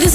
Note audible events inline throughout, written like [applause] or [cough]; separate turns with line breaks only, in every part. this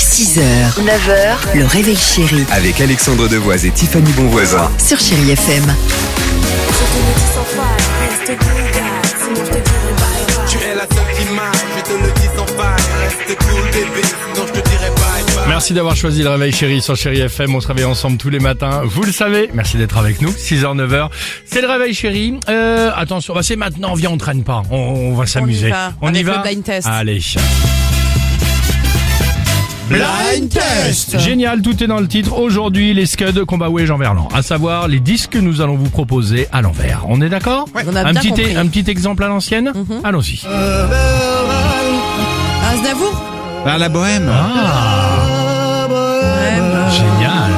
6h, 9h, le réveil chéri
avec Alexandre Devoise et Tiffany Bonvoisin.
sur Chérie FM.
Tu es la seule qui marche, je te le dis sans faille. Reste cool, bébé, sinon je te dirai bye bye.
Merci d'avoir choisi le réveil chéri sur Chéri FM. On se réveille ensemble tous les matins. Vous le savez. Merci d'être avec nous. 6h, 9h. C'est le réveil chéri. Euh, attention. Bah, c'est maintenant. Viens, on traîne pas. On, on va s'amuser.
va, avec le blind test.
Allez. Blind test Génial, tout est dans le titre. Aujourd'hui, les Scuds, Combaoué et Jean Verlan. À savoir, les disques que nous allons vous proposer à l'envers. On est d'accord
On a
un,
bien
petit, e-
compris. Mhm.
un petit exemple à l'ancienne Allons-y.
Ah, Aznavour
Par la bohème.
Ah, génial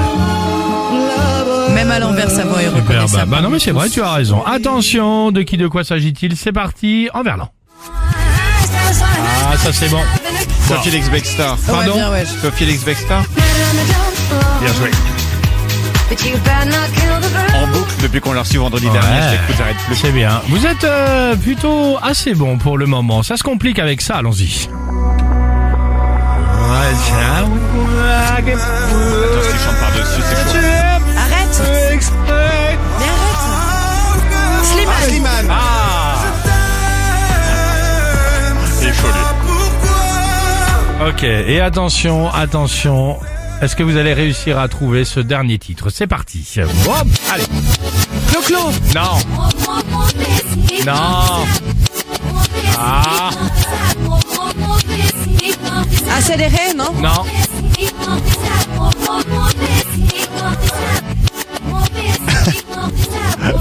Même à l'envers, sa voix est
Super, bah,
reconnaissable.
bah non mais c'est vrai, tu as raison. Attention, de qui de quoi s'agit-il C'est parti, en verlan. Ah ça c'est bon. Bon,
Sophie Lex Bextor.
pardon.
Ouais, bien, ouais.
Sophie Lex Bextor.
Bien joué.
En boucle depuis qu'on l'a reçu vendredi dernier, je t'écoute, j'arrête plus.
C'est bien. Vous êtes euh, plutôt assez bon pour le moment. Ça se complique avec ça, allons-y.
Toi, si tu chantes par-dessus, c'est chaud.
Arrête Mais arrête Slimane
Ah,
Ah.
C'est chaud, lui.
Ok, et attention, attention. Est-ce que vous allez réussir à trouver ce dernier titre C'est parti. Hop, allez. Clo-clo Non. Non. Ah. [laughs]
Ah, Accéléré, non
Non.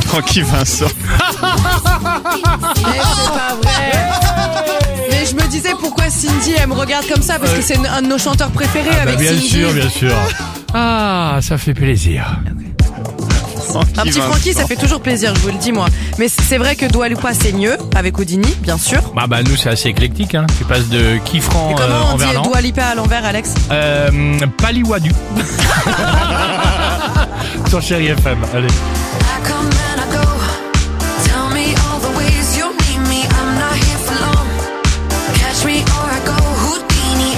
Francky Vincent.
Mais c'est pas vrai Mais je me disais pourquoi Cindy, elle me regarde comme ça, parce que c'est un de nos chanteurs préférés
Bah,
avec
bien
Cindy.
sûr, bien sûr. Ah, ça fait plaisir.
Un petit Francky, ça
Vincent.
fait toujours plaisir, je vous le dis, moi. Mais c'est vrai que Dua Lipa, c'est mieux, avec Houdini, bien sûr.
Bah bah nous c'est assez éclectique hein. Tu passes de
Et
Kifran
comment
euh,
on
en
dit
Verlan.
Dua Lipa à l'envers, Alex
Euh,
[laughs]
Paliwadu. Sur Chéri FM. Allez.
Catch me or I go Houdini.